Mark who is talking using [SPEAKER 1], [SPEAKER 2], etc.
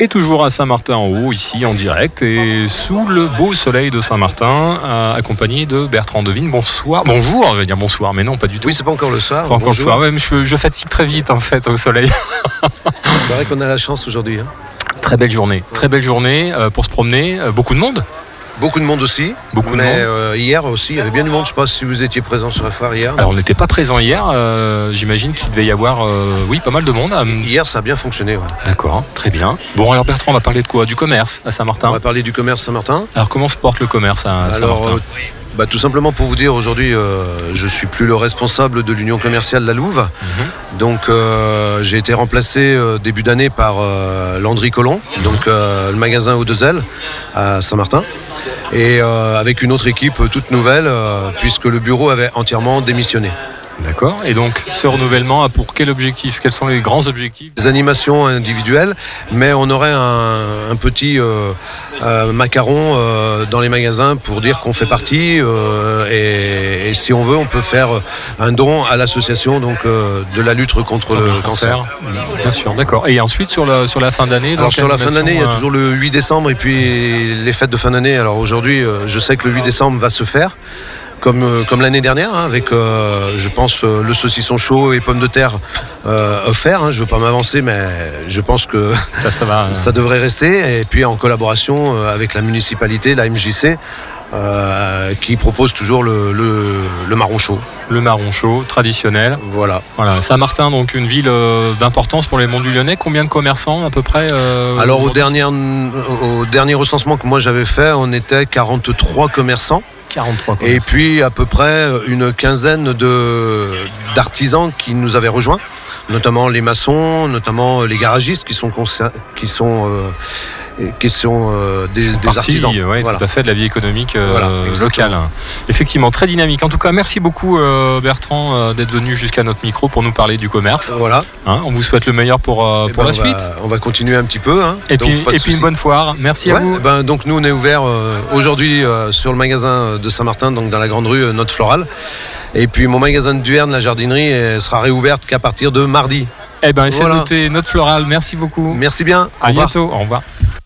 [SPEAKER 1] Et toujours à Saint-Martin-en-Haut, ici en direct, et sous le beau soleil de Saint-Martin, euh, accompagné de Bertrand Devine. Bonsoir, bonjour, je vais dire bonsoir, mais non, pas du tout.
[SPEAKER 2] Oui, c'est pas encore le soir.
[SPEAKER 1] Pas encore le
[SPEAKER 2] bonjour.
[SPEAKER 1] soir. Ouais, mais je, je fatigue très vite en fait au soleil.
[SPEAKER 2] C'est vrai qu'on a la chance aujourd'hui. hein.
[SPEAKER 1] Très belle journée, très belle journée euh, pour se promener. Euh, beaucoup de monde.
[SPEAKER 2] Beaucoup de monde aussi.
[SPEAKER 1] Beaucoup de
[SPEAKER 2] mais,
[SPEAKER 1] monde.
[SPEAKER 2] euh, hier aussi, il y avait bien du monde. Je ne sais pas si vous étiez présent sur la foire hier. mais
[SPEAKER 1] Alors on n'était pas présent hier. euh, J'imagine qu'il devait y avoir, euh, oui, pas mal de monde. Hum,
[SPEAKER 2] Hier, ça a bien fonctionné. ouais.
[SPEAKER 1] D'accord, très bien. Bon alors Bertrand, on va parler de quoi Du commerce à
[SPEAKER 2] On
[SPEAKER 1] Saint-Martin.
[SPEAKER 2] va parler du commerce Saint-Martin.
[SPEAKER 1] Alors comment se porte le commerce à à
[SPEAKER 2] Alors,
[SPEAKER 1] Ah, Saint-Martin
[SPEAKER 2] euh, bah, tout simplement pour vous dire, aujourd'hui, euh, je suis plus le responsable de l'union commerciale La Louve.
[SPEAKER 1] Mhm.
[SPEAKER 2] Donc, euh, j'ai été remplacé euh, début d'année par euh, Landry Colomb, donc euh, le magasin aux deux ailes à Saint-Martin. Et euh, avec une autre équipe euh, toute nouvelle, euh, puisque le bureau avait entièrement démissionné.
[SPEAKER 1] D'accord. Et donc ce renouvellement a pour quel objectif Quels sont les grands objectifs
[SPEAKER 2] des animations individuelles, mais on aurait un, un petit euh, euh, macaron euh, dans les magasins pour dire qu'on fait partie. euh, et, et si on veut, on peut faire un don à l'association donc euh, de la lutte contre
[SPEAKER 1] Sur
[SPEAKER 2] le cancer.
[SPEAKER 1] Bien sûr, d'accord. Et ensuite, sur la, sur la fin d'année
[SPEAKER 2] Alors
[SPEAKER 1] donc,
[SPEAKER 2] sur la fin
[SPEAKER 1] animation,
[SPEAKER 2] d'année, il y a
[SPEAKER 1] euh,
[SPEAKER 2] toujours le 8 décembre et puis les fêtes de fin d'année. Alors aujourd'hui, euh, je sais que le 8 décembre va se faire. Comme, euh, comme l'année dernière, hein, avec, euh, je pense, euh, le saucisson chaud et pommes de terre euh, offerts. hein. je ne veux pas m'avancer, mais je pense que
[SPEAKER 1] Ça, ça va. euh,
[SPEAKER 2] Ça devrait rester, et puis en collaboration euh, avec la municipalité, la MJC, euh, qui propose toujours le, le- le marron chaud.
[SPEAKER 1] Le marron chaud, traditionnel.
[SPEAKER 2] Voilà.
[SPEAKER 1] Voilà. Saint-Martin, donc une ville euh, d'importance pour les monts du Lyonnais. Combien de commerçants à peu près euh,
[SPEAKER 2] Alors au
[SPEAKER 1] aujourd'hui
[SPEAKER 2] dernier, euh, au dernier recensement que moi j'avais fait, on était 43 commerçants,
[SPEAKER 1] 43
[SPEAKER 2] et
[SPEAKER 1] commerçants.
[SPEAKER 2] puis à peu près euh, une quinzaine de- d'artisans qui nous avaient rejoints, notamment les maçons, notamment les garagistes qui sont, concer- qui sont, euh, qui sont euh, des, des
[SPEAKER 1] Partie,
[SPEAKER 2] artisans.
[SPEAKER 1] ouais,
[SPEAKER 2] Voilà.
[SPEAKER 1] tout à fait, de la vie économique euh,
[SPEAKER 2] Voilà, exactement.
[SPEAKER 1] locale. Effectivement, très dynamique. En tout cas, merci beaucoup euh, Bertrand euh, d'être venu jusqu'à notre micro pour nous parler du commerce.
[SPEAKER 2] voilà.
[SPEAKER 1] Hein, on vous souhaite le meilleur pour, euh,
[SPEAKER 2] Eh
[SPEAKER 1] pour
[SPEAKER 2] ben,
[SPEAKER 1] la
[SPEAKER 2] on
[SPEAKER 1] suite.
[SPEAKER 2] va- on va continuer un petit peu. hein.
[SPEAKER 1] Et,
[SPEAKER 2] Donc,
[SPEAKER 1] puis,
[SPEAKER 2] pas de
[SPEAKER 1] et puis
[SPEAKER 2] soucis.
[SPEAKER 1] une bonne foire. Merci à
[SPEAKER 2] Ouais,
[SPEAKER 1] vous.
[SPEAKER 2] ben, donc nous on est ouvert euh, aujourd'hui euh, sur le magasin de Saint-Martin, donc dans la grande rue euh, Notre Floral. Et puis mon magasin de Duerne, la jardinerie, euh, sera réouverte qu'à partir de mardi.
[SPEAKER 1] Eh ben, c'est
[SPEAKER 2] Voilà.
[SPEAKER 1] noté. Note florale. Merci beaucoup.
[SPEAKER 2] Merci bien. Au
[SPEAKER 1] À
[SPEAKER 2] revoir.
[SPEAKER 1] bientôt. Au revoir.